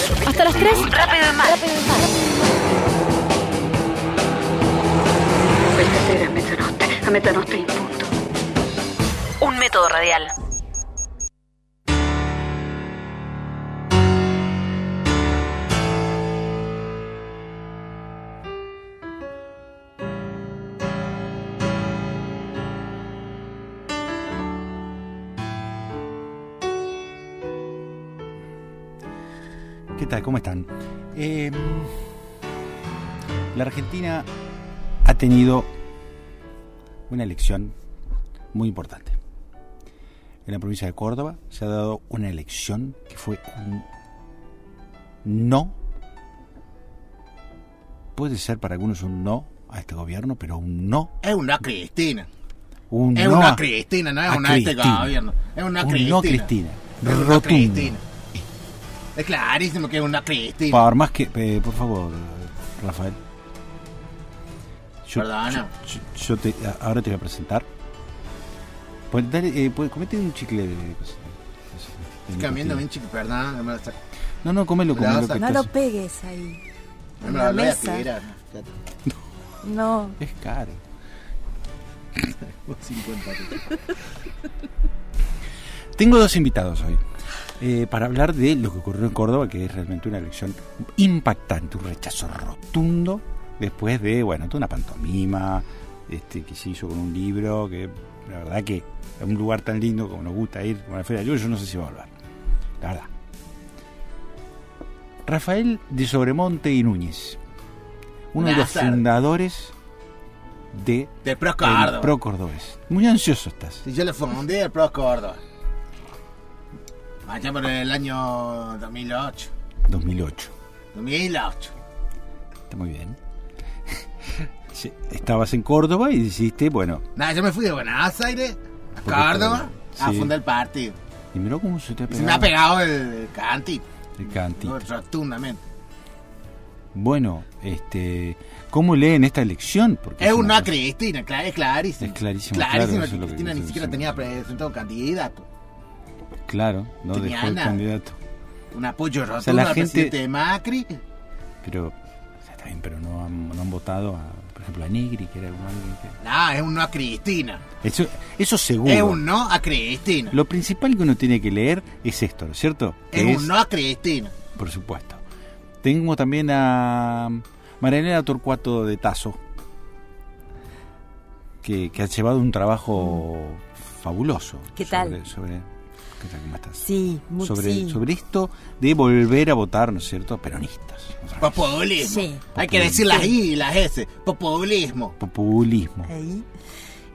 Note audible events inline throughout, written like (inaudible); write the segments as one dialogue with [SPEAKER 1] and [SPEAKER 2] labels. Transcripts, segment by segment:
[SPEAKER 1] 3. Rápido y mal. Rápido y mal.
[SPEAKER 2] Verdadera metanote. A metanote y punto.
[SPEAKER 1] Un método radial.
[SPEAKER 3] ¿Cómo están? Eh, la Argentina ha tenido una elección muy importante. En la provincia de Córdoba se ha dado una elección que fue un no. Puede ser para algunos un no a este gobierno, pero un no.
[SPEAKER 4] Es una Cristina.
[SPEAKER 3] Un
[SPEAKER 4] es
[SPEAKER 3] no
[SPEAKER 4] una
[SPEAKER 3] a,
[SPEAKER 4] Cristina, no es
[SPEAKER 3] a
[SPEAKER 4] una este
[SPEAKER 3] Cristina.
[SPEAKER 4] gobierno. Es una
[SPEAKER 3] un
[SPEAKER 4] Cristina.
[SPEAKER 3] no Cristina.
[SPEAKER 4] Es una
[SPEAKER 3] Rotundo.
[SPEAKER 4] Cristina. Es clarísimo que es una Cristina.
[SPEAKER 3] Por más que, eh, por favor, Rafael. Yo,
[SPEAKER 4] Perdona.
[SPEAKER 3] yo- yo- yo te, a- ahora te voy a presentar. Pues dale, eh, pues comete un chicle de, de- de- de
[SPEAKER 4] Estoy comiendo
[SPEAKER 3] nicotina.
[SPEAKER 4] bien chico, perdón. No me lo, sa-
[SPEAKER 3] No, no, comelo,
[SPEAKER 4] Me la
[SPEAKER 3] comelo.
[SPEAKER 4] vas a-
[SPEAKER 3] que
[SPEAKER 5] No
[SPEAKER 3] estás-
[SPEAKER 5] lo pegues ahí.
[SPEAKER 4] no
[SPEAKER 5] En
[SPEAKER 4] me
[SPEAKER 5] la
[SPEAKER 4] lo voy a
[SPEAKER 5] mesa.
[SPEAKER 4] tirar.
[SPEAKER 5] No.
[SPEAKER 3] Es caro.
[SPEAKER 4] 50 pesos.
[SPEAKER 3] Tengo dos invitados hoy eh, para hablar de lo que ocurrió en Córdoba, que es realmente una elección impactante, un rechazo rotundo después de, bueno, toda una pantomima este, que se hizo con un libro, que la verdad que a un lugar tan lindo como nos gusta ir, como la Feria del Libro, yo no sé si va a volver, la verdad. Rafael de Sobremonte y Núñez, uno de los
[SPEAKER 4] Nazar.
[SPEAKER 3] fundadores de
[SPEAKER 4] De Pro
[SPEAKER 3] el
[SPEAKER 4] Córdoba.
[SPEAKER 3] Pro Cordobés. Muy ansioso estás. ¿eh?
[SPEAKER 4] Si yo lo fundé, el Pro Córdoba. Allá por el año 2008.
[SPEAKER 3] 2008.
[SPEAKER 4] 2008.
[SPEAKER 3] Está muy bien. (laughs) Sí, Estabas en Córdoba y decidiste, bueno,
[SPEAKER 4] Nada, yo me fui de Buenos Aires a
[SPEAKER 3] Porque-
[SPEAKER 4] Córdoba a
[SPEAKER 3] sí.
[SPEAKER 4] fundar el partido.
[SPEAKER 3] y miró cómo se te ha
[SPEAKER 4] Y se me ha
[SPEAKER 3] pegado
[SPEAKER 4] pegado el canti.
[SPEAKER 3] el cantito.
[SPEAKER 4] Rotundamente.
[SPEAKER 3] Bueno, este, ¿cómo leen esta elección? Porque
[SPEAKER 4] Es una
[SPEAKER 3] cosa-
[SPEAKER 4] Cristina, cla- es clarísimo.
[SPEAKER 3] Es clarísimo,
[SPEAKER 4] Clarísimo
[SPEAKER 3] claro, eso
[SPEAKER 4] que
[SPEAKER 3] es lo que-
[SPEAKER 4] Cristina
[SPEAKER 3] eso
[SPEAKER 4] ni
[SPEAKER 3] es
[SPEAKER 4] siquiera
[SPEAKER 3] lo que-
[SPEAKER 4] tenía presentado candidato.
[SPEAKER 3] Claro, no
[SPEAKER 4] Tenía
[SPEAKER 3] dejó el
[SPEAKER 4] nada.
[SPEAKER 3] candidato.
[SPEAKER 4] Un apoyo rotundo
[SPEAKER 3] la
[SPEAKER 4] al
[SPEAKER 3] gente-
[SPEAKER 4] presidente Macri.
[SPEAKER 3] Pero, o sea, está bien, pero no han, no han votado, a, por ejemplo, a Negri, que era un alguien que-
[SPEAKER 4] No, es un no a Cristina.
[SPEAKER 3] Eso, eso seguro.
[SPEAKER 4] Es un no a Cristina.
[SPEAKER 3] Uh. Lo principal que uno tiene que leer es esto, ¿no es cierto?
[SPEAKER 4] Es,
[SPEAKER 3] Que
[SPEAKER 4] un no a Cristina.
[SPEAKER 3] por supuesto. Tengo también a Marianela Torcuato de Tazo, que, que ha llevado un trabajo fabuloso.
[SPEAKER 5] ¿Qué
[SPEAKER 3] sobre-
[SPEAKER 5] tal?
[SPEAKER 3] Sobre, ¿qué tal? ¿Cómo estás?
[SPEAKER 5] Sí, muy
[SPEAKER 3] sobre,
[SPEAKER 5] sí.
[SPEAKER 3] sobre esto de volver a votar, ¿no es cierto?, a peronistas. otra vez.
[SPEAKER 4] Populismo.
[SPEAKER 5] Sí.
[SPEAKER 4] Hay que decir las I y las S. Populismo.
[SPEAKER 3] Populismo.
[SPEAKER 5] Ahí.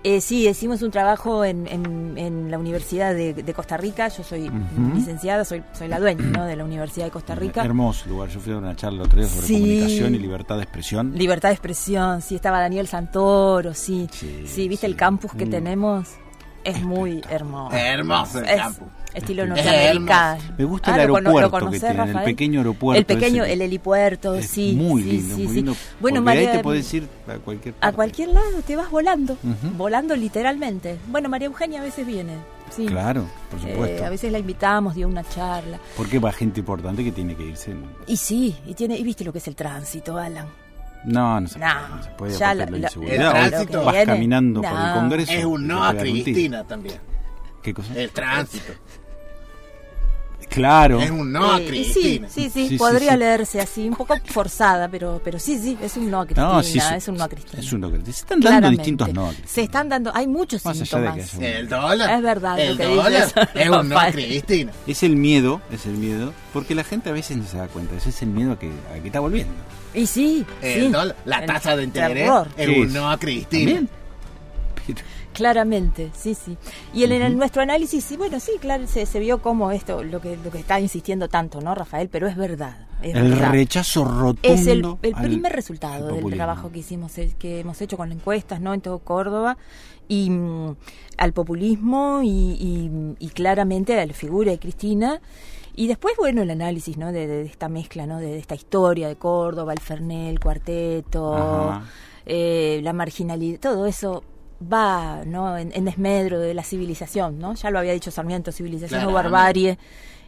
[SPEAKER 5] Eh, sí, hicimos un trabajo en, en- en la Universidad de, de Costa Rica. Yo soy licenciada, soy, soy la dueña ¿no? de la Universidad de Costa Rica.
[SPEAKER 3] Hermoso lugar. Yo fui a una charla el otro día sobre
[SPEAKER 5] Sí.
[SPEAKER 3] comunicación y libertad de expresión.
[SPEAKER 5] Libertad de expresión, sí, estaba Daniel Santoro, sí.
[SPEAKER 3] Sí,
[SPEAKER 5] Sí, ¿viste
[SPEAKER 3] sí.
[SPEAKER 5] el campus que
[SPEAKER 3] Mm.
[SPEAKER 5] tenemos? Es muy hermoso.
[SPEAKER 4] Hermoso el
[SPEAKER 5] Es
[SPEAKER 4] campo.
[SPEAKER 5] estilo
[SPEAKER 3] Es
[SPEAKER 5] norteamericano.
[SPEAKER 4] hermoso.
[SPEAKER 3] Me gusta
[SPEAKER 5] Ah,
[SPEAKER 3] el
[SPEAKER 5] lo cono- lo
[SPEAKER 3] aeropuerto que
[SPEAKER 5] conocés,
[SPEAKER 3] tiene, el
[SPEAKER 5] Rafael.
[SPEAKER 3] pequeño aeropuerto.
[SPEAKER 5] El pequeño,
[SPEAKER 3] ese.
[SPEAKER 5] el helipuerto,
[SPEAKER 3] Es
[SPEAKER 5] sí.
[SPEAKER 3] Muy
[SPEAKER 5] sí,
[SPEAKER 3] lindo,
[SPEAKER 5] sí,
[SPEAKER 3] muy
[SPEAKER 5] sí.
[SPEAKER 3] lindo. porque
[SPEAKER 5] Bueno,
[SPEAKER 3] de ahí
[SPEAKER 5] María,
[SPEAKER 3] te podés ir a cualquier
[SPEAKER 5] a
[SPEAKER 3] parte.
[SPEAKER 5] cualquier lado te vas volando,
[SPEAKER 3] Ujú.
[SPEAKER 5] volando literalmente. Bueno, María Eugenia a veces viene, sí.
[SPEAKER 3] Claro, por
[SPEAKER 5] Eh,
[SPEAKER 3] supuesto.
[SPEAKER 5] a veces la invitamos, dio una charla.
[SPEAKER 3] Porque va gente importante que tiene que irse. en-
[SPEAKER 5] Y sí, y tiene, y viste lo que es el tránsito, Alan.
[SPEAKER 3] No, no se
[SPEAKER 5] No,
[SPEAKER 3] puede. No, se puede.
[SPEAKER 5] ya
[SPEAKER 3] aparte
[SPEAKER 5] la-
[SPEAKER 3] de la
[SPEAKER 5] la-
[SPEAKER 3] inseguridad.
[SPEAKER 4] el
[SPEAKER 3] Hoy
[SPEAKER 4] tránsito
[SPEAKER 3] vas
[SPEAKER 5] viene.
[SPEAKER 3] caminando por el
[SPEAKER 5] No.
[SPEAKER 3] Congreso.
[SPEAKER 4] Es un
[SPEAKER 3] y
[SPEAKER 4] no
[SPEAKER 3] te
[SPEAKER 4] a
[SPEAKER 3] pegan tiro.
[SPEAKER 4] Cristina también.
[SPEAKER 3] ¿Qué cosa?
[SPEAKER 4] El tránsito.
[SPEAKER 3] Claro.
[SPEAKER 4] Es un no a
[SPEAKER 5] Eh, y
[SPEAKER 4] Cristina.
[SPEAKER 5] Sí, sí,
[SPEAKER 3] Sí,
[SPEAKER 5] sí,
[SPEAKER 3] sí,
[SPEAKER 5] podría
[SPEAKER 3] sí.
[SPEAKER 5] leerse así, un poco forzada, pero, pero sí, sí, es un no a Cristina,
[SPEAKER 3] No, sí,
[SPEAKER 5] es un no a Cristina.
[SPEAKER 3] Es un no a Cristina. Se están dando
[SPEAKER 5] Claramente.
[SPEAKER 3] distintos no a Cristina.
[SPEAKER 5] Se están dando, hay muchos
[SPEAKER 3] Más allá de
[SPEAKER 5] síntomas.
[SPEAKER 3] que haya
[SPEAKER 4] El dólar.
[SPEAKER 5] Es verdad lo
[SPEAKER 4] El
[SPEAKER 5] que dices,
[SPEAKER 4] dólar es un no a
[SPEAKER 5] Rafael.
[SPEAKER 4] Cristina.
[SPEAKER 3] Es el miedo, es el miedo, porque la gente a veces no se da cuenta. Ese es el miedo a que, a que está volviendo.
[SPEAKER 5] Y sí,
[SPEAKER 4] El
[SPEAKER 5] sí.
[SPEAKER 4] dólar, Eh, la
[SPEAKER 5] El
[SPEAKER 4] tasa de interés
[SPEAKER 5] terror.
[SPEAKER 4] es
[SPEAKER 3] Sí.
[SPEAKER 4] un no a Cristina.
[SPEAKER 3] También. Pero-
[SPEAKER 5] Claramente, sí, sí. Y en, en el- nuestro análisis, sí, bueno, sí, claro, se, se vio como esto, lo que, lo que está insistiendo tanto, ¿no, Rafael? Pero es verdad. es
[SPEAKER 3] el
[SPEAKER 5] verdad.
[SPEAKER 3] rechazo rotundo.
[SPEAKER 5] Es el, el
[SPEAKER 3] al-
[SPEAKER 5] primer
[SPEAKER 3] al
[SPEAKER 5] resultado del
[SPEAKER 3] populismo.
[SPEAKER 5] trabajo que hicimos, eh, que hemos hecho con encuestas, ¿no? En todo Córdoba, y mm, al populismo y, y- y claramente a la figura de Cristina. Y después, bueno, el análisis, ¿no? De, de esta mezcla, ¿no? De, de esta historia de Córdoba, el Fernet, el cuarteto,
[SPEAKER 3] Ajá.
[SPEAKER 5] eh, la marginalidad, todo eso va, ¿no? En, en desmedro de la civilización, ¿no? Ya lo había dicho Sarmiento, civilización o
[SPEAKER 4] Claramente.
[SPEAKER 5] barbarie.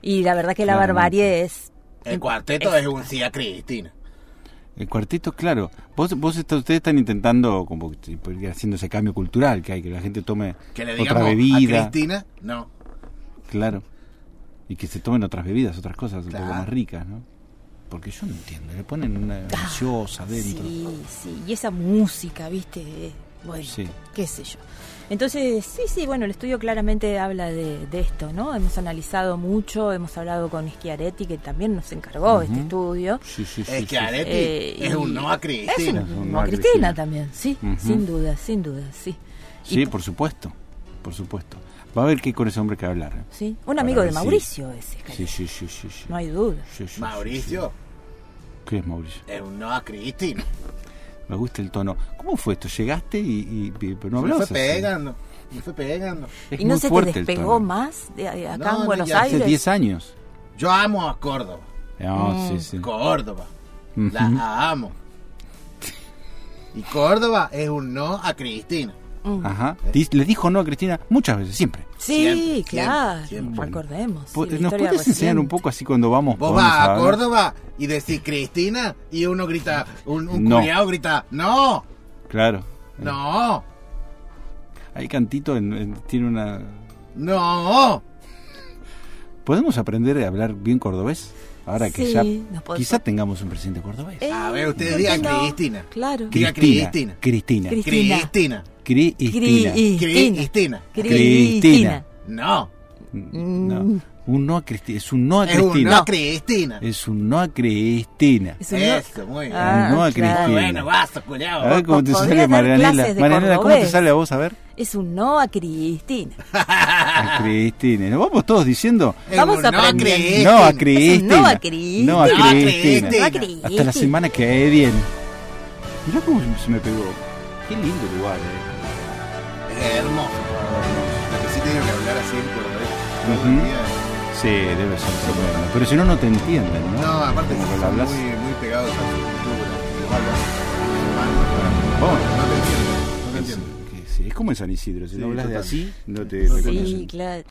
[SPEAKER 5] Y la verdad que la
[SPEAKER 3] Claramente.
[SPEAKER 5] barbarie es
[SPEAKER 4] El cuarteto es un sí a Cristina.
[SPEAKER 3] El cuarteto, claro. Vos, vos está- ustedes están intentando, como haciendo ese cambio cultural que hay, que la gente tome
[SPEAKER 4] Que le
[SPEAKER 3] otra
[SPEAKER 4] digamos a
[SPEAKER 3] bebida,
[SPEAKER 4] Cristina, no.
[SPEAKER 3] claro, y que se tomen otras bebidas, otras cosas un poco
[SPEAKER 4] Claro. Ah,
[SPEAKER 3] más ricas, ¿no? Porque yo no entiendo, le ponen una gaseosa dentro.
[SPEAKER 5] Sí, sí, y esa música, viste, eh, bueno,
[SPEAKER 3] Sí.
[SPEAKER 5] qué sé yo. Entonces, sí, sí, bueno, el estudio claramente habla de, de esto, ¿no? Hemos analizado mucho, hemos hablado con Schiaretti, que también nos encargó este estudio.
[SPEAKER 3] Sí, sí, sí,
[SPEAKER 4] Es
[SPEAKER 3] sí,
[SPEAKER 4] que Areti
[SPEAKER 5] Eh,
[SPEAKER 4] es
[SPEAKER 5] y-
[SPEAKER 4] un no a
[SPEAKER 5] Es
[SPEAKER 4] Cristina.
[SPEAKER 5] un, no a Cristina también, sí,
[SPEAKER 3] Ujú.
[SPEAKER 5] sin duda, sin duda, sí. Y
[SPEAKER 3] Sí,
[SPEAKER 5] t-
[SPEAKER 3] por supuesto, por supuesto. Va a haber que con ese hombre que hablar. ¿eh?
[SPEAKER 5] sí, un
[SPEAKER 3] Para
[SPEAKER 5] amigo de
[SPEAKER 3] ver si-
[SPEAKER 5] Mauricio ese,
[SPEAKER 3] Sí, sí, sí, sí. sí.
[SPEAKER 5] no hay duda.
[SPEAKER 3] Sí, sí, sí,
[SPEAKER 4] Mauricio
[SPEAKER 3] sí. ¿Qué es Mauricio?
[SPEAKER 4] es un no a Cristina.
[SPEAKER 3] Me gusta el tono. ¿Cómo fue esto? Llegaste y, y- y- pero no
[SPEAKER 4] me
[SPEAKER 3] hablabas.
[SPEAKER 4] fue
[SPEAKER 3] así.
[SPEAKER 4] pegando, me fue pegando.
[SPEAKER 3] Es
[SPEAKER 5] ¿Y no
[SPEAKER 3] muy
[SPEAKER 5] se te
[SPEAKER 3] fuerte el
[SPEAKER 5] despegó
[SPEAKER 3] tono.
[SPEAKER 5] más de, de acá
[SPEAKER 4] No,
[SPEAKER 5] en
[SPEAKER 4] no,
[SPEAKER 5] Buenos
[SPEAKER 4] ya hace
[SPEAKER 5] Aires?
[SPEAKER 3] Hace 10 años.
[SPEAKER 4] Yo amo a Córdoba,
[SPEAKER 3] No, Ah, sí,
[SPEAKER 5] Mm.
[SPEAKER 3] sí.
[SPEAKER 4] Córdoba,
[SPEAKER 3] Ujú.
[SPEAKER 4] la amo. Y Córdoba es un no a Cristina.
[SPEAKER 3] Ajá. Di- Le dijo no a Cristina muchas veces, siempre.
[SPEAKER 5] ¿Eh? Sí,
[SPEAKER 4] Siempre,
[SPEAKER 5] claro,
[SPEAKER 4] siempre,
[SPEAKER 3] siempre.
[SPEAKER 5] recordemos.
[SPEAKER 3] Po-
[SPEAKER 5] sí, la
[SPEAKER 3] ¿Nos
[SPEAKER 5] historia
[SPEAKER 3] puedes enseñar un
[SPEAKER 5] reciente.
[SPEAKER 3] poco así cuando vamos?
[SPEAKER 4] Vos
[SPEAKER 3] vamos
[SPEAKER 4] vas a
[SPEAKER 3] ver?
[SPEAKER 4] Córdoba y decís Cristina y uno grita, un, un
[SPEAKER 3] No. Eh.
[SPEAKER 4] culiao grita, no,
[SPEAKER 3] Claro.
[SPEAKER 4] no,
[SPEAKER 3] Hay cantito, en- en- tiene una...
[SPEAKER 4] no.
[SPEAKER 3] ¿Podemos aprender a hablar bien cordobés? Ahora que
[SPEAKER 5] Sí,
[SPEAKER 3] ya
[SPEAKER 5] nos podemos-
[SPEAKER 3] quizá tengamos un presidente cordobés.
[SPEAKER 5] Eh,
[SPEAKER 4] A ver, ustedes
[SPEAKER 5] ¿por qué
[SPEAKER 4] digan Cristina.
[SPEAKER 5] Claro.
[SPEAKER 4] Diga
[SPEAKER 3] Cristina. Cristina.
[SPEAKER 4] Cristina.
[SPEAKER 5] Cris- Cristina.
[SPEAKER 4] Cristina.
[SPEAKER 3] Cristina.
[SPEAKER 4] Cristina.
[SPEAKER 3] Cristina.
[SPEAKER 4] No.
[SPEAKER 5] mm.
[SPEAKER 3] No. Un no a Cristina. Es un no a
[SPEAKER 4] Es un no
[SPEAKER 3] Cristina.
[SPEAKER 4] a Cristina.
[SPEAKER 3] Es un no a Cristina.
[SPEAKER 5] Es un-
[SPEAKER 4] Eso, muy bien.
[SPEAKER 5] Ah,
[SPEAKER 3] un no a
[SPEAKER 4] Muy
[SPEAKER 5] claro.
[SPEAKER 3] Cristina.
[SPEAKER 4] bueno, basta,
[SPEAKER 3] A
[SPEAKER 4] culiao.
[SPEAKER 3] ver cómo te
[SPEAKER 5] Podría
[SPEAKER 3] sale
[SPEAKER 5] dar
[SPEAKER 3] Marianela.
[SPEAKER 5] clases de
[SPEAKER 3] Marianela, ¿cómo te
[SPEAKER 5] cordobés.
[SPEAKER 3] sale a vos? A ver.
[SPEAKER 5] Es un no a Cristina.
[SPEAKER 4] Ah.
[SPEAKER 3] A Cristina. Nos vamos todos diciendo
[SPEAKER 4] Es
[SPEAKER 5] Vamos
[SPEAKER 4] un Este, no a
[SPEAKER 5] aprendiendo.
[SPEAKER 4] Cristina.
[SPEAKER 3] no a
[SPEAKER 5] Es un
[SPEAKER 3] Cristina.
[SPEAKER 5] no a Cristina.
[SPEAKER 3] No a
[SPEAKER 4] No a
[SPEAKER 3] Cristina.
[SPEAKER 4] Cristina.
[SPEAKER 3] Hasta la semana que viene. Mirá cómo se me pegó. Qué lindo lugar, eh.
[SPEAKER 4] Es hermoso. Lo que sí tengo que hablar así en cordobés.
[SPEAKER 3] Ujú. Sí, debe ser tremendo. Pero si no, no te entienden, ¿no?
[SPEAKER 4] No, aparte
[SPEAKER 3] Como que
[SPEAKER 4] son
[SPEAKER 3] hablas.
[SPEAKER 4] muy, muy pegados a su cultura. Igual, bueno,
[SPEAKER 3] Vamos.
[SPEAKER 4] No te entiendo. No te
[SPEAKER 3] Es,
[SPEAKER 4] entiendo.
[SPEAKER 3] que sí, es como en San Isidro. Si
[SPEAKER 4] Sí,
[SPEAKER 3] no hablas de
[SPEAKER 4] total.
[SPEAKER 3] así, no te
[SPEAKER 4] Sí,
[SPEAKER 3] reconocen.
[SPEAKER 5] Sí, claro.